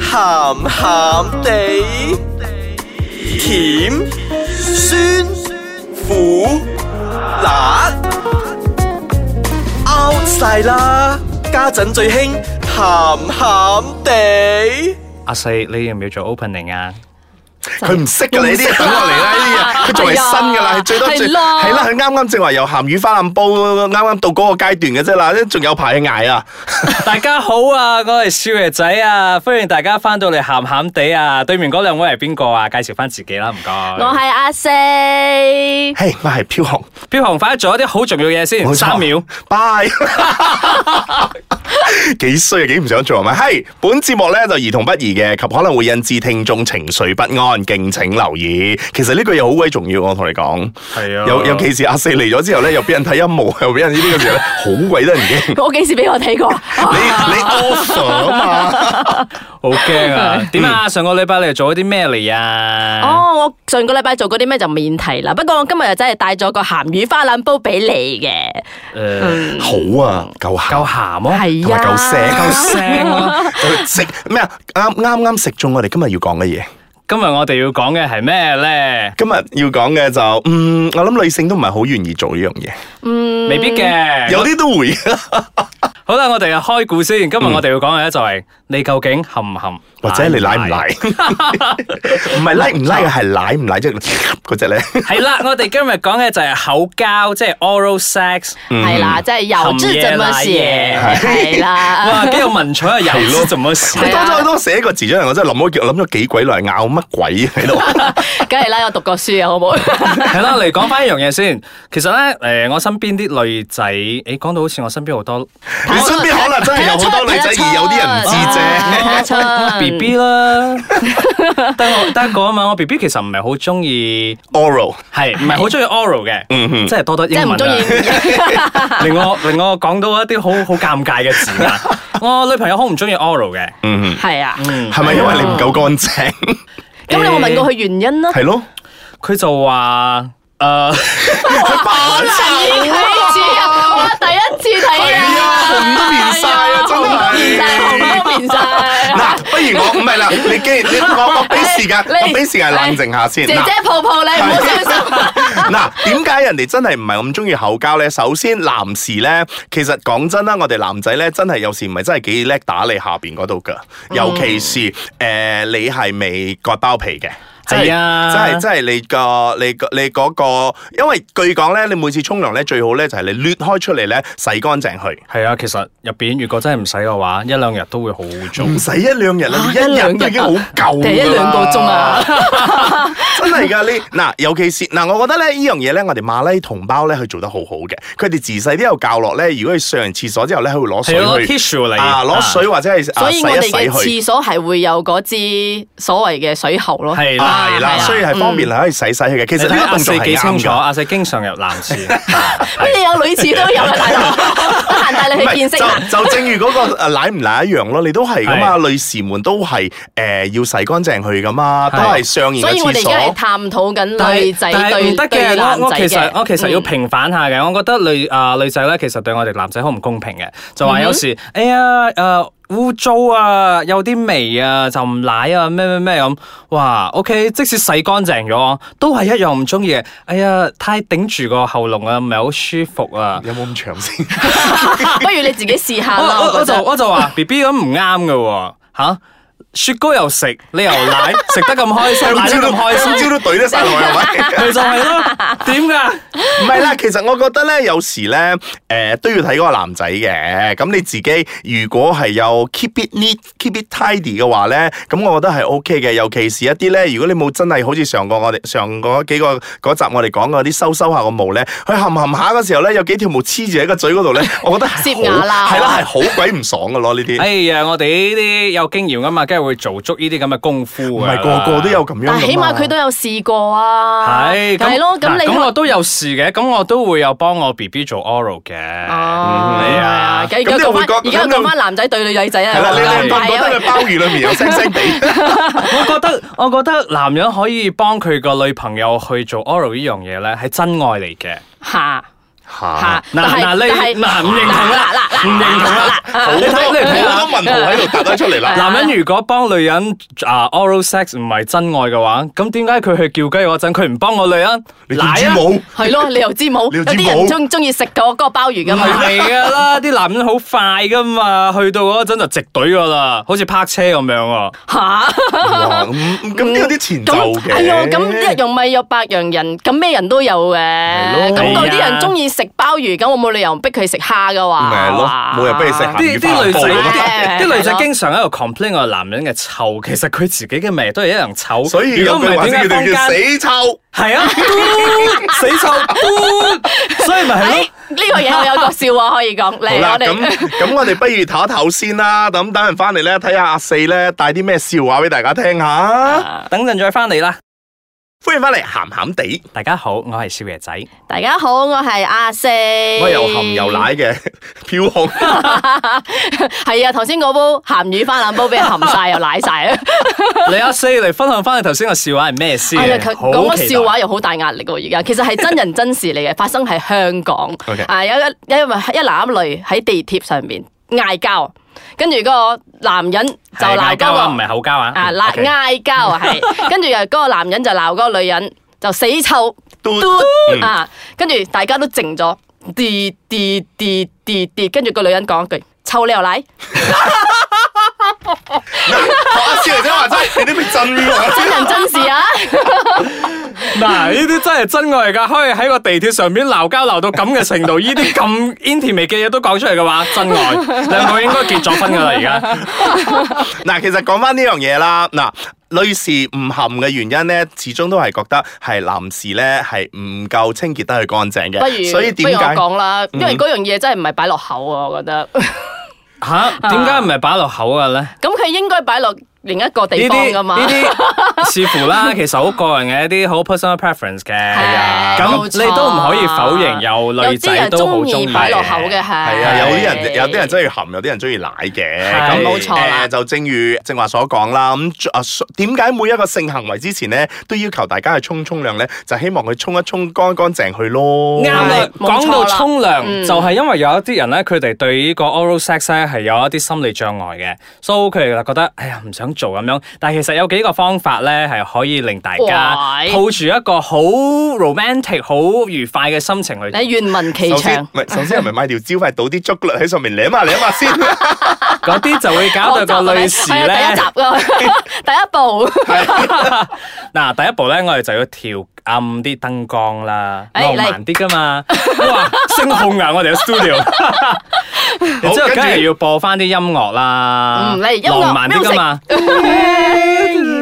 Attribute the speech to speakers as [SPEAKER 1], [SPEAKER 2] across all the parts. [SPEAKER 1] 鹹鹹地，甜酸苦辣 out 晒啦！家陣最興鹹鹹地。
[SPEAKER 2] 阿四，你要唔要做 opening 啊？
[SPEAKER 3] 佢唔識㗎你呢啲等落嚟啦 呢啲嘢，佢仲係新㗎啦，佢最多最
[SPEAKER 4] 係啦
[SPEAKER 3] 係啦，佢啱啱正話由鹹魚翻暗煲，啱啱到嗰個階段嘅啫啦，仲有排去捱啊！
[SPEAKER 2] 大家好啊，我係少爺仔啊，歡迎大家翻到嚟鹹鹹地啊。對面嗰兩位係邊個啊？介紹翻自己啦，唔該。
[SPEAKER 4] 我係阿 四，係
[SPEAKER 3] 嘿，我係飄紅，
[SPEAKER 2] 飄紅快啲做一啲好重要嘅嘢先，
[SPEAKER 3] 冇錯
[SPEAKER 2] 三秒。
[SPEAKER 3] 拜。 幾衰啊！幾唔想做係咪？係本節目咧就兒童不宜嘅，及可能會引致聽眾情緒不安，敬請留意。其實呢句嘢好鬼重要，我同你講。
[SPEAKER 2] 係啊
[SPEAKER 3] 尤尤其是阿四嚟咗之後咧，又俾人睇陰毛，又俾人呢啲嘅時候咧，好鬼得人驚。
[SPEAKER 4] 我幾時俾我睇 過？
[SPEAKER 3] 你你 offer 啊嘛？
[SPEAKER 2] 好 驚啊！點啊？上個禮拜你又做咗啲咩嚟啊？
[SPEAKER 4] 哦，我上個禮拜做嗰啲咩就免提啦。不過我今日又真係帶咗個鹹魚花腩煲俾你嘅，
[SPEAKER 2] 誒，
[SPEAKER 3] 好啊，夠
[SPEAKER 2] 夠鹹
[SPEAKER 3] 鹹，
[SPEAKER 2] 咯，
[SPEAKER 4] 係
[SPEAKER 3] 同埋
[SPEAKER 4] 啊，
[SPEAKER 3] 夠腥
[SPEAKER 2] 夠腥 咯。
[SPEAKER 3] 食咩啊？啱啱啱食中我哋今日要講嘅嘢。
[SPEAKER 2] 今日我哋要講嘅係咩咧？
[SPEAKER 3] 今日要講嘅就，嗯，我諗女性都唔係好願意做呢樣嘢，
[SPEAKER 2] 未必嘅。
[SPEAKER 3] 有啲都 會。
[SPEAKER 2] 好啦，我哋開估先。今日我哋要講嘅咧就係你究竟含唔含，
[SPEAKER 3] 或者你奶唔奶？？ 唔係 奶唔奶嘅係奶唔奶即係嗰只咧。
[SPEAKER 2] 係啦，我哋今日講嘅就係口交，即係 oral sex。
[SPEAKER 4] 係啦，即係油脂怎麼寫？
[SPEAKER 2] 含
[SPEAKER 4] 係啦
[SPEAKER 2] 哇，，幾有文采啊！油脂怎 麼寫？
[SPEAKER 3] 佢
[SPEAKER 4] 係
[SPEAKER 3] 多
[SPEAKER 4] 啊
[SPEAKER 3] 咗好多寫個字出嚟，我真係諗咗諗咗幾鬼耐，咬乜鬼喺 度？
[SPEAKER 4] 梗係啦，我讀過書啊，好冇？
[SPEAKER 2] 係啦，嚟講翻一樣嘢先。其實咧，誒、我身邊啲女仔，誒、講到好似我身邊好多
[SPEAKER 3] 你身邊可能真係有好多女仔，而有啲人唔 知啫。
[SPEAKER 4] 睇得出
[SPEAKER 2] B B 啦，得我得一個啊嘛。我 B B 其實唔係好中意，
[SPEAKER 3] Oral，
[SPEAKER 2] 係唔係好中意 oral 嘅，
[SPEAKER 3] 嗯
[SPEAKER 2] 即係多得
[SPEAKER 4] 即係
[SPEAKER 2] 英
[SPEAKER 4] 唔
[SPEAKER 2] 文
[SPEAKER 4] 中
[SPEAKER 2] 啦。
[SPEAKER 4] 意。
[SPEAKER 2] 令我令我講到一啲好好尷尬嘅字 眼。我女朋友好唔中意 oral 嘅，
[SPEAKER 3] 嗯
[SPEAKER 4] 係啊，
[SPEAKER 3] 哼，係咪因為你唔夠乾淨？
[SPEAKER 4] 咁你有冇問過佢原因啦？
[SPEAKER 3] 係咯，
[SPEAKER 2] 佢就話誒。
[SPEAKER 3] 佢扮
[SPEAKER 4] 第一次啊，我第一次睇
[SPEAKER 3] 係
[SPEAKER 4] 啊，
[SPEAKER 3] 啊，紅都面晒啊，真
[SPEAKER 4] 面晒
[SPEAKER 3] 係。
[SPEAKER 4] 紅都面晒。
[SPEAKER 3] 嗱，不如我唔係 啦，你既然你我我俾時間，
[SPEAKER 4] 啊你
[SPEAKER 3] 我俾時間冷靜下先。
[SPEAKER 4] 姐
[SPEAKER 3] 嗱
[SPEAKER 4] 姐抱抱你，唔好傷心。
[SPEAKER 3] 嗱，點解人哋真係唔係咁中意口交咧？首先，男士咧，其實講真啦，我哋男仔咧，真係有時唔係真係幾叻打你下邊嗰度噶，
[SPEAKER 4] 嗯
[SPEAKER 3] 尤其是誒、呃你係未割包皮嘅。即係
[SPEAKER 2] 係啊
[SPEAKER 3] 即係即係你個你個你嗰、個，因為據講咧，你每次沖涼咧最好咧就係你掠開出嚟咧洗乾淨
[SPEAKER 4] 嗯
[SPEAKER 3] 佢，
[SPEAKER 2] 係啊，其實入邊如果真係唔使嘅話，一兩日都會好污糟。
[SPEAKER 3] 唔使一兩日啦，
[SPEAKER 4] 啊
[SPEAKER 3] 你一日都已經好夠㗎啦
[SPEAKER 4] 第一兩個鐘啊！
[SPEAKER 3] 真係㗎，你嗱，尤其是嗱，我覺得咧呢樣嘢咧，我哋馬拉同胞咧，佢做得好好嘅。佢哋自細都有教落咧，如果佢上完廁所之後咧，佢會攞
[SPEAKER 2] 係攞
[SPEAKER 3] 水去
[SPEAKER 2] tissue 嚟
[SPEAKER 3] 啊，攞水或者係啊
[SPEAKER 4] 所以我
[SPEAKER 3] 洗
[SPEAKER 4] 哋
[SPEAKER 3] 一
[SPEAKER 4] 嘅
[SPEAKER 3] 洗佢。
[SPEAKER 4] 廁所係會有嗰支所謂嘅水喉咯。
[SPEAKER 2] 係啦。
[SPEAKER 3] 係啦，
[SPEAKER 4] 係啊
[SPEAKER 3] 所以係方便係可以洗洗佢嘅。其
[SPEAKER 2] 其實
[SPEAKER 3] 實呢
[SPEAKER 2] 呢
[SPEAKER 3] 個
[SPEAKER 2] 個動
[SPEAKER 3] 動
[SPEAKER 2] 作
[SPEAKER 3] 作係
[SPEAKER 2] 幾
[SPEAKER 3] 啱
[SPEAKER 2] 清楚，
[SPEAKER 3] 㗎。
[SPEAKER 2] 阿四經常入男廁，
[SPEAKER 4] 乜你有女廁都有啦，大佬，得閒帶你
[SPEAKER 3] 唔
[SPEAKER 4] 去見
[SPEAKER 3] 係
[SPEAKER 4] 識
[SPEAKER 3] 就
[SPEAKER 4] 下。
[SPEAKER 3] 就正如嗰個誒奶唔奶一樣咯，你都係噶啊嘛，女士們都係誒要洗乾淨佢噶啊嘛，都
[SPEAKER 2] 係
[SPEAKER 3] 係上完
[SPEAKER 4] 所
[SPEAKER 3] 嘅
[SPEAKER 4] 以我
[SPEAKER 3] 廁
[SPEAKER 4] 哋而家係
[SPEAKER 3] 所。
[SPEAKER 4] 探討緊
[SPEAKER 2] 但
[SPEAKER 4] 女
[SPEAKER 2] 係
[SPEAKER 4] 仔
[SPEAKER 2] 但係
[SPEAKER 4] 對
[SPEAKER 2] 唔得
[SPEAKER 4] 對
[SPEAKER 2] 嘅。
[SPEAKER 4] 男
[SPEAKER 2] 我我
[SPEAKER 4] 仔
[SPEAKER 2] 其實我其實要
[SPEAKER 4] 嗯
[SPEAKER 2] 平反下嘅，我覺得女啊女仔咧，其實對我哋男仔好唔公平嘅，就
[SPEAKER 4] 嗯
[SPEAKER 2] 話有時哎呀誒污糟啊，有啲味啊，就唔奶啊，咩咩咩咁。哇，OK，即使洗乾淨咗，都係一樣唔中意嘅。哎呀，太頂住個喉嚨啊，唔係好舒服啊。
[SPEAKER 3] 有冇咁長先？
[SPEAKER 4] 不如你自己試下
[SPEAKER 2] 我
[SPEAKER 4] 啦。
[SPEAKER 2] 我我
[SPEAKER 4] 我覺
[SPEAKER 2] 就
[SPEAKER 4] 得
[SPEAKER 2] 我就話 B B 咁唔啱嘅喎嚇，雪糕又食，你又 奶，食得咁開 心，
[SPEAKER 3] 今
[SPEAKER 2] 奶
[SPEAKER 3] 朝
[SPEAKER 2] 得
[SPEAKER 3] 都
[SPEAKER 2] 咁開
[SPEAKER 3] 今
[SPEAKER 2] 心，
[SPEAKER 3] 朝都懟得晒落去係咪？
[SPEAKER 2] 佢就係 咯，點㗎？
[SPEAKER 3] 唔係啦， 其實我覺得咧，有時咧，誒、都要睇嗰個男仔嘅。咁你自己如果係有 keep it neat、keep it tidy 嘅話咧，咁我覺得係 OK 嘅。尤其是一啲咧，如果你冇真係好似上過我哋上過幾個嗰集我哋講嗰啲收收下個毛咧，佢含含下嘅時候咧，有幾條毛黐住喺個嘴嗰度 咧，我覺得係
[SPEAKER 4] 攝牙啦
[SPEAKER 3] 好係啦，係好鬼唔爽嘅咯呢 啲。
[SPEAKER 2] 哎呀，我哋呢啲有經驗噶嘛，梗係會做足呢啲咁嘅功夫
[SPEAKER 3] 唔
[SPEAKER 2] 㗎啦
[SPEAKER 3] 係個個都有。咁樣㗎嘛
[SPEAKER 4] 但係起碼佢都有試過啊。
[SPEAKER 2] 係
[SPEAKER 4] 係咯，咁
[SPEAKER 2] 嗱
[SPEAKER 4] 你
[SPEAKER 2] 咁我都有試嘅，咁我都會有幫我 B B 做 oral 嘅。
[SPEAKER 4] 哦，
[SPEAKER 2] 係啊
[SPEAKER 4] 係啊，而家
[SPEAKER 3] 咁你
[SPEAKER 4] 講
[SPEAKER 3] 會覺
[SPEAKER 4] 翻，而家
[SPEAKER 3] 咁你
[SPEAKER 4] 講翻男仔對女仔啊，
[SPEAKER 3] 係啦，你
[SPEAKER 2] 係
[SPEAKER 3] 你覺唔覺得佢鮑魚裏面有腥腥地？
[SPEAKER 2] 我覺得我覺得男人可以幫佢個女朋友去做 oral 呢樣嘢咧，係真愛嚟嘅。
[SPEAKER 4] 嚇
[SPEAKER 3] 吓
[SPEAKER 4] 嚇，
[SPEAKER 2] 嗱
[SPEAKER 4] 但係
[SPEAKER 2] 嗱呢
[SPEAKER 4] 但係
[SPEAKER 2] 嗱唔認同啦
[SPEAKER 4] 嗱嗱嗱
[SPEAKER 2] 唔認同啦
[SPEAKER 4] 嗱嗱
[SPEAKER 3] 好
[SPEAKER 2] 你睇
[SPEAKER 3] 多
[SPEAKER 2] 你睇下
[SPEAKER 3] 好多文圖喺度突咗出嚟 啦。
[SPEAKER 2] 男人如果幫女人啊 oral sex 唔係真愛嘅話，咁點解佢去叫雞嗰陣佢唔幫我女人？
[SPEAKER 3] 你
[SPEAKER 2] 奶
[SPEAKER 3] 點
[SPEAKER 2] 啊
[SPEAKER 3] 知 冇？
[SPEAKER 4] 係 咯，你又知冇？
[SPEAKER 3] 你又
[SPEAKER 4] 有
[SPEAKER 3] 知
[SPEAKER 4] 啲
[SPEAKER 3] 冇
[SPEAKER 4] 人中中意食嗰嗰個鮑魚噶
[SPEAKER 2] 唔
[SPEAKER 4] 嘛？
[SPEAKER 2] 係噶啦，啲男人好快噶嘛，去到嗰陣就直隊噶啦，好似泊車咁樣喎。
[SPEAKER 4] 吓
[SPEAKER 3] 哇咁咁都有啲前奏
[SPEAKER 4] 嗯咁
[SPEAKER 3] 嘅。
[SPEAKER 4] 係喎，咁一樣米有百樣人，咁咩人都有嘅。
[SPEAKER 3] 係咯
[SPEAKER 4] 咁嗰啲
[SPEAKER 2] 係啊
[SPEAKER 4] 人中意食鮑魚，咁我冇理由逼佢食蝦噶話。
[SPEAKER 3] 咪係咯冇人逼你食鹹
[SPEAKER 2] 啲
[SPEAKER 3] 魚
[SPEAKER 2] 啲女仔，
[SPEAKER 3] 飯煲
[SPEAKER 4] 咁
[SPEAKER 2] 啲
[SPEAKER 4] 啊
[SPEAKER 2] 啲女仔
[SPEAKER 4] 係咯
[SPEAKER 2] 經常喺度 complain 我男人嘅臭，其實佢自己嘅味都係一樣臭。
[SPEAKER 3] 所以
[SPEAKER 2] 如
[SPEAKER 3] 有
[SPEAKER 2] 果唔
[SPEAKER 3] 句話
[SPEAKER 2] 係點
[SPEAKER 3] 先
[SPEAKER 2] 解
[SPEAKER 3] 叫
[SPEAKER 2] 坊
[SPEAKER 3] 做叫
[SPEAKER 2] 間
[SPEAKER 3] 死臭。
[SPEAKER 2] 係啊， 嘟死臭，嘟 所以咪係
[SPEAKER 4] 哎
[SPEAKER 2] 咯。
[SPEAKER 4] 呢個嘢我有個笑話可以講，嚟
[SPEAKER 3] 好啦，
[SPEAKER 4] 我
[SPEAKER 3] 咁
[SPEAKER 4] 哋。
[SPEAKER 3] 咁我哋不如唞一唞先啦。咁等陣翻嚟咧，睇下阿四咧帶啲咩笑話俾大家聽下。
[SPEAKER 4] 啊
[SPEAKER 2] 等陣再翻嚟啦。
[SPEAKER 3] 歡迎翻嚟，鹹鹹地，
[SPEAKER 2] 大家好，我係少爺仔。
[SPEAKER 4] 大家好，我係阿四。
[SPEAKER 3] 我
[SPEAKER 4] 我
[SPEAKER 3] 又含又。奶嘅飄紅。
[SPEAKER 4] 係啊，頭先嗰煲鹹魚花腩煲俾人含晒又奶晒啊！
[SPEAKER 2] 你阿四嚟分享翻你頭先個笑話係咩先？
[SPEAKER 4] 哎呀，佢
[SPEAKER 2] 好
[SPEAKER 4] 講個
[SPEAKER 2] 期待
[SPEAKER 4] 笑話又好大壓力喎！而家其實係真人真事嚟嘅，發生喺香 港。
[SPEAKER 3] OK
[SPEAKER 4] 啊，有一因為一男一女喺地鐵上面嗌交，跟住嗰個男人就
[SPEAKER 2] 係
[SPEAKER 4] 鬧
[SPEAKER 2] 嗌交
[SPEAKER 4] 嗰
[SPEAKER 2] 啊，唔
[SPEAKER 4] 個
[SPEAKER 2] 係口交啊。
[SPEAKER 4] 啊，鬧
[SPEAKER 2] OK
[SPEAKER 4] 嗌交啊， 係跟住又嗰個男人就鬧嗰個女人就死臭
[SPEAKER 3] 嘟
[SPEAKER 4] 嘟
[SPEAKER 2] 嗯
[SPEAKER 4] 啊，跟住大家都靜咗，跌跌跌跌跌，跟住個女人講一句臭你又 奶。
[SPEAKER 3] 阿少爺仔話齋，你都未震
[SPEAKER 4] 真
[SPEAKER 3] 㗎。
[SPEAKER 4] 人真 事啊！
[SPEAKER 2] 嗱，呢啲真係真愛噶，可以喺個地鐵上邊鬧交鬧到咁嘅 程度，呢啲咁 intimate 嘅嘢都講出嚟嘅話，真愛，兩個應該結咗婚噶啦，而家
[SPEAKER 3] 嗱，其實講翻呢樣嘢啦，嗱。女士唔含嘅原因咧，始終都係覺得係男士咧係唔夠清潔得去乾淨
[SPEAKER 4] 不如
[SPEAKER 3] 嘅，所以
[SPEAKER 4] 不如
[SPEAKER 3] 點
[SPEAKER 4] 我
[SPEAKER 3] 解？
[SPEAKER 4] 講啦，因
[SPEAKER 2] 嗯
[SPEAKER 4] 為嗰樣嘢真係唔係擺落口啊，我覺得。
[SPEAKER 2] 吓，點解唔係擺落口嘅咧？
[SPEAKER 4] 咁佢應該擺落另一個地
[SPEAKER 2] 呢
[SPEAKER 4] 方噶
[SPEAKER 2] 啲
[SPEAKER 4] 嘛？
[SPEAKER 2] 呢啲視乎啦，其實好個人嘅一啲好 personal preference 嘅，係
[SPEAKER 4] 啊
[SPEAKER 2] 咁
[SPEAKER 4] 冇錯
[SPEAKER 2] 你都唔可以否認有女仔都好中
[SPEAKER 4] 有啲人鍾
[SPEAKER 2] 意
[SPEAKER 4] 意擺落口嘅係
[SPEAKER 3] 係啊，有啲人
[SPEAKER 4] 係
[SPEAKER 3] 有啲人中意含，有啲人中意奶嘅。
[SPEAKER 2] 係
[SPEAKER 3] 咁
[SPEAKER 2] 冇
[SPEAKER 4] 錯啦
[SPEAKER 3] 誒就正如正話所講啦，咁啊所點解每一個性行為之前咧，都要求大家去沖沖涼咧？就希望佢沖一沖乾乾淨去咯。
[SPEAKER 2] 啱啦，
[SPEAKER 4] 冇錯啦
[SPEAKER 2] 講到沖涼
[SPEAKER 4] 嗯
[SPEAKER 2] 就係因為有一啲人咧，佢哋對呢個 oral sex 咧係有一啲心理障礙嘅，所以佢哋就覺得哎呀唔想做咁樣。但係其實有幾個方法咧係可以令大家
[SPEAKER 4] 喂
[SPEAKER 2] 抱住一個好 romantic、好愉快嘅心情去。
[SPEAKER 4] 你願聞其
[SPEAKER 3] 首先，
[SPEAKER 4] 詳
[SPEAKER 3] 唔。係首先係咪買條蕉，係倒啲竹律喺上面舐下舐下 先？
[SPEAKER 2] 嗰啲就會搞到個女士
[SPEAKER 4] 係啊第一
[SPEAKER 2] 咧
[SPEAKER 4] 集。噶， 第一步。
[SPEAKER 2] 嗱，第一步咧，我哋就要調暗啲燈光啦，
[SPEAKER 4] 哎
[SPEAKER 2] 浪漫啲噶 嘛。哇，聲控啊！我哋嘅 studio，然之後
[SPEAKER 3] 跟住
[SPEAKER 2] 梗係要播翻啲音樂啦，
[SPEAKER 4] 嗯嚟音樂
[SPEAKER 2] 浪漫啲噶嘛。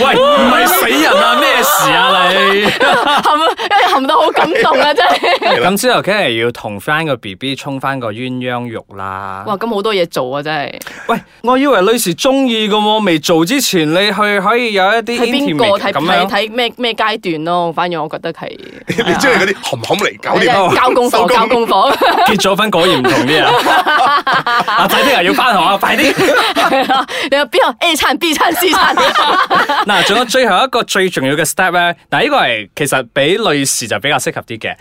[SPEAKER 2] 喂，唔係死人啊，咩事啊你？
[SPEAKER 4] 含，因為含到好感動啊！真 係。
[SPEAKER 2] 咁之後梗係要同翻個 B B 沖翻個鴛鴦浴啦。
[SPEAKER 4] 哇，咁好多嘢做啊！真係。
[SPEAKER 2] 喂，我以為女士中意噶喎，未做之前你去可以有一啲
[SPEAKER 4] 睇邊個
[SPEAKER 2] intimate
[SPEAKER 4] 睇
[SPEAKER 2] 咁
[SPEAKER 4] 睇
[SPEAKER 2] 樣。
[SPEAKER 4] 睇咩咩階段咯？反而我覺得係。
[SPEAKER 3] 你中意嗰啲含含嚟搞掂
[SPEAKER 2] 啊
[SPEAKER 3] 咯。
[SPEAKER 4] 啊交功
[SPEAKER 3] 收
[SPEAKER 4] 課，
[SPEAKER 3] 工
[SPEAKER 4] 交功課。
[SPEAKER 2] 結咗婚果然唔同啲啊！阿仔聽日要翻學啊，快啲！
[SPEAKER 4] 你話邊個 A 餐 B 餐 C 餐？
[SPEAKER 2] 嗱，仲有最後一個最重要嘅 step 咧，嗱，呢個係其實俾女士就比較適合啲嘅。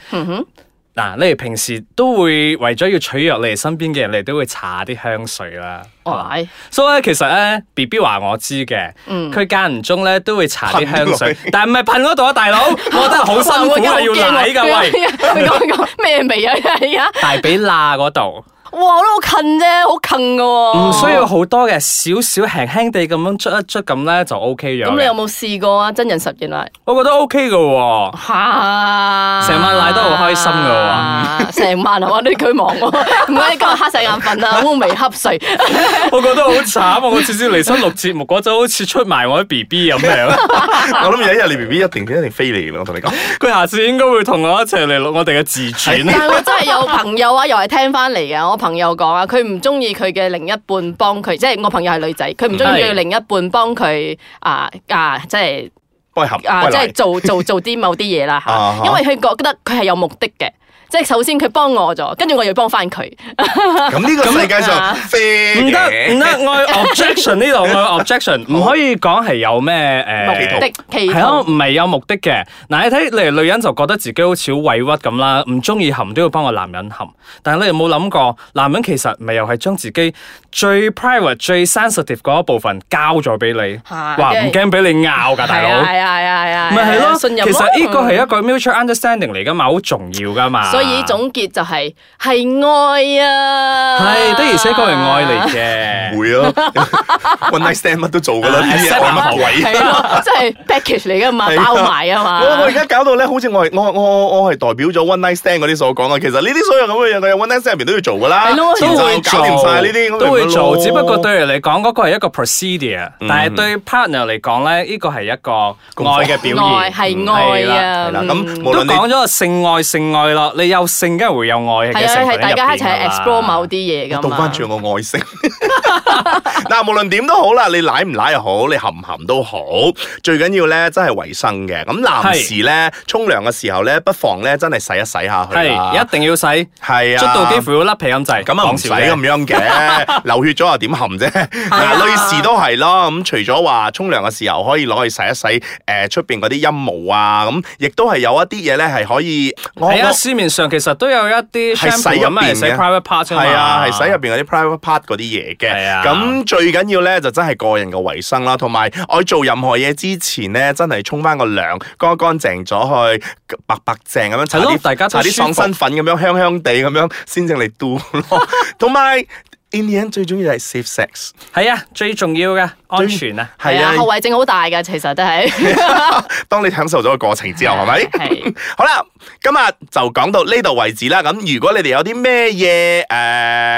[SPEAKER 2] 嗱，你哋平時都會為咗要取悦你哋身邊嘅人，你哋都會搽啲香水啦。
[SPEAKER 4] 哦，係
[SPEAKER 2] 所以咧，其實咧，B B 話我知嘅，佢間唔中咧都會搽啲香
[SPEAKER 3] 噴落
[SPEAKER 2] 水
[SPEAKER 3] 去，
[SPEAKER 2] 但唔係噴嗰度啊，大佬，我覺得好 辛苦啊，要奶噶喂，
[SPEAKER 4] 你講講咩味啊？而家
[SPEAKER 2] 大髀罅嗰度。
[SPEAKER 4] 哇，我都好近啫，好近噶喎。
[SPEAKER 2] 唔需要好多嘅，少少輕輕地咁樣捽一捽咁咧就 O K 咗嘅。
[SPEAKER 4] 咁你有冇試過啊？真人實驗啦，
[SPEAKER 2] 我覺得 O K 嘅喎。
[SPEAKER 4] 嚇！
[SPEAKER 2] 成晚奶得好開心㗎喎，
[SPEAKER 4] 成晚係嘛？你佢忙喎， 唔該你今日黑晒眼瞓啦，烏眉瞌睡。
[SPEAKER 2] 我覺得好慘，我次次嚟新錄節目嗰陣，好似出埋我啲 B B 咁 樣。
[SPEAKER 3] 我諗有一日你 B B 一定一定飛嚟嘅，我同 你講。
[SPEAKER 2] 佢下次應該會同我一齊嚟錄我哋嘅自傳
[SPEAKER 4] 但。係我真係有朋友啊，又係聽翻嚟嘅。我朋友講啊，佢唔中意佢嘅另一半幫佢，即係我朋友係女仔，佢唔中意佢
[SPEAKER 2] 係
[SPEAKER 4] 另一半幫佢啊啊，即係
[SPEAKER 3] 幫佢含，
[SPEAKER 4] 啊，
[SPEAKER 3] 幫佢
[SPEAKER 4] 即
[SPEAKER 3] 奶
[SPEAKER 4] 係做做做啲某啲嘢啦
[SPEAKER 3] 啊哈
[SPEAKER 4] 嚇，因為佢覺得佢係有目的嘅。即係首先佢幫我咗，跟住我又要幫翻佢。
[SPEAKER 3] 咁呢個世界上
[SPEAKER 4] 啊
[SPEAKER 3] fair
[SPEAKER 2] 唔
[SPEAKER 3] 嘅
[SPEAKER 2] 得唔得，我有 objection 呢度，我有 objection，唔 可以講係有咩
[SPEAKER 4] 目
[SPEAKER 2] 誒
[SPEAKER 4] 的企
[SPEAKER 2] 係啊，唔
[SPEAKER 4] 圖，
[SPEAKER 2] 係有目的嘅。嗱，你睇，例如女人就覺得自己好似好委屈咁啦，唔中意含都要幫個男人含。但係你有冇諗過，男人其實咪又係將自己最 private、最 sensitive 嗰一部分交咗俾你，
[SPEAKER 4] 係
[SPEAKER 2] 話唔驚俾你拗㗎，大
[SPEAKER 4] 係啊
[SPEAKER 2] 佬。
[SPEAKER 4] 係啊係啊係啊，
[SPEAKER 2] 咪係咯，
[SPEAKER 4] 信任
[SPEAKER 2] 其實呢個係
[SPEAKER 4] 咯
[SPEAKER 2] 一個 mutual understanding 嚟噶嘛，好重要噶嘛。
[SPEAKER 4] 所以總結就係係愛啊，
[SPEAKER 2] 係的而且確係愛嚟 嘅。
[SPEAKER 3] 會啊 ，one night stand 乜都做噶啦，呢啲嘢愛乜鬼啊
[SPEAKER 4] 啊 係咯，即係 package 嚟噶嘛，
[SPEAKER 3] 係啊
[SPEAKER 4] 包埋啊嘛。
[SPEAKER 3] 我我而家搞到咧，好似我係我我我係代表咗 One Night Stand 嗰啲所講啊。其實呢啲所有咁嘅嘢，我有 One Night Stand 入面都要做噶啦，
[SPEAKER 4] 係咯
[SPEAKER 3] 前
[SPEAKER 2] 都
[SPEAKER 3] 奏
[SPEAKER 2] 會
[SPEAKER 3] 搞掂晒呢啲，咁
[SPEAKER 2] 做，
[SPEAKER 3] 咪
[SPEAKER 2] 都會
[SPEAKER 3] 咪
[SPEAKER 2] 做，
[SPEAKER 3] 咯
[SPEAKER 2] 只不過對人嚟講嗰個係一個 procedure，但係對 partner 嚟講咧，呢個係一個愛嘅表
[SPEAKER 4] 愛
[SPEAKER 2] 現。嗯
[SPEAKER 4] 係愛啊，
[SPEAKER 3] 係啦。咁
[SPEAKER 4] 嗯
[SPEAKER 3] 無
[SPEAKER 2] 都
[SPEAKER 3] 論你
[SPEAKER 2] 講咗性愛性愛咯，你有性梗係會有愛嘅
[SPEAKER 4] 係啊，
[SPEAKER 2] 成分
[SPEAKER 4] 係大家
[SPEAKER 2] 喺入邊
[SPEAKER 4] 一
[SPEAKER 2] 㗎
[SPEAKER 4] 齊
[SPEAKER 2] 啦
[SPEAKER 4] explore 某啲嘢噶
[SPEAKER 3] 倒
[SPEAKER 4] 嘛。
[SPEAKER 3] 翻轉我愛食， 嗱，無論點都好啦，你奶唔奶又好，你含唔含都好，最緊要咧真係衞生嘅。咁男士咧沖涼嘅時候咧，不妨咧真係洗一洗下佢啦。
[SPEAKER 2] 係一定要洗，
[SPEAKER 3] 係啊，
[SPEAKER 2] 捽到幾乎要甩皮咁滯。
[SPEAKER 3] 咁啊唔
[SPEAKER 2] 講
[SPEAKER 3] 使
[SPEAKER 2] 笑啫啊
[SPEAKER 3] 咁 樣嘅，流血咗又點含啫？嗱，女士都係咯。咁除咗話沖涼嘅時候可以攞去洗一洗，誒出邊嗰啲陰毛啊，咁亦都係有一啲嘢咧係可以，我
[SPEAKER 2] 係啊，
[SPEAKER 3] 我
[SPEAKER 2] 市面上其實都有一啲
[SPEAKER 3] 係
[SPEAKER 2] shampoo
[SPEAKER 3] 洗入
[SPEAKER 2] 咁
[SPEAKER 3] 邊
[SPEAKER 2] 係
[SPEAKER 3] 嘅
[SPEAKER 2] 洗 private part 㗎嘛
[SPEAKER 3] 係啊，係洗入邊嗰啲 private part 嗰啲嘢
[SPEAKER 2] 係啊
[SPEAKER 3] 嘅。咁最緊要咧就真係個人嘅衞生啦，同埋我做任何嘢之前咧，真係沖翻個涼，乾乾淨咗去，白白淨咁樣搽
[SPEAKER 2] 係咯
[SPEAKER 3] 啲
[SPEAKER 2] 大家都
[SPEAKER 3] 搽啲爽
[SPEAKER 2] 舒服
[SPEAKER 3] 身粉咁樣，香香地咁樣先正嚟 do 咯。同埋 in the end 最重要係 safe sex，
[SPEAKER 2] 係啊，最重要嘅安全啊！
[SPEAKER 3] 係啊
[SPEAKER 4] 後。遺症好大噶，其實都 係。
[SPEAKER 3] 當你享受咗個過程之後，係咪？
[SPEAKER 4] 係
[SPEAKER 3] 好啦，今日就講到呢度為止啦。咁如果你哋有啲咩嘢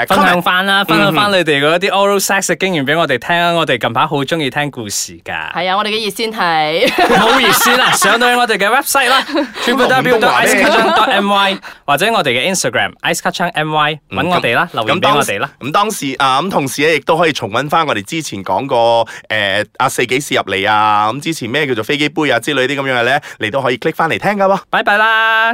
[SPEAKER 3] 誒
[SPEAKER 2] 分享翻
[SPEAKER 3] 嗯
[SPEAKER 2] 啦，分享翻你哋嗰啲 oral sex 嘅經驗俾我哋聽啊！我哋近排好中意聽故事㗎，
[SPEAKER 4] 係啊，我哋嘅熱線係。
[SPEAKER 2] 冇熱線 啊！上到去我哋嘅 website 啦 t r i p l e w
[SPEAKER 3] 廣東話
[SPEAKER 2] i c e
[SPEAKER 3] 咩
[SPEAKER 2] k a c h a n g m y 或者我哋嘅 Instagram i c e k a c h a n g m y 揾我哋啦，留言俾我哋啦。。
[SPEAKER 3] 嗯咁當時啊，咁同時咧，亦都可以重温翻我哋之前講過誒阿四幾時入嚟啊，咁之前咩叫做飛機杯啊之類啲咁樣嘅咧，你都可以 click 翻嚟聽噶喎。
[SPEAKER 2] 拜拜啦！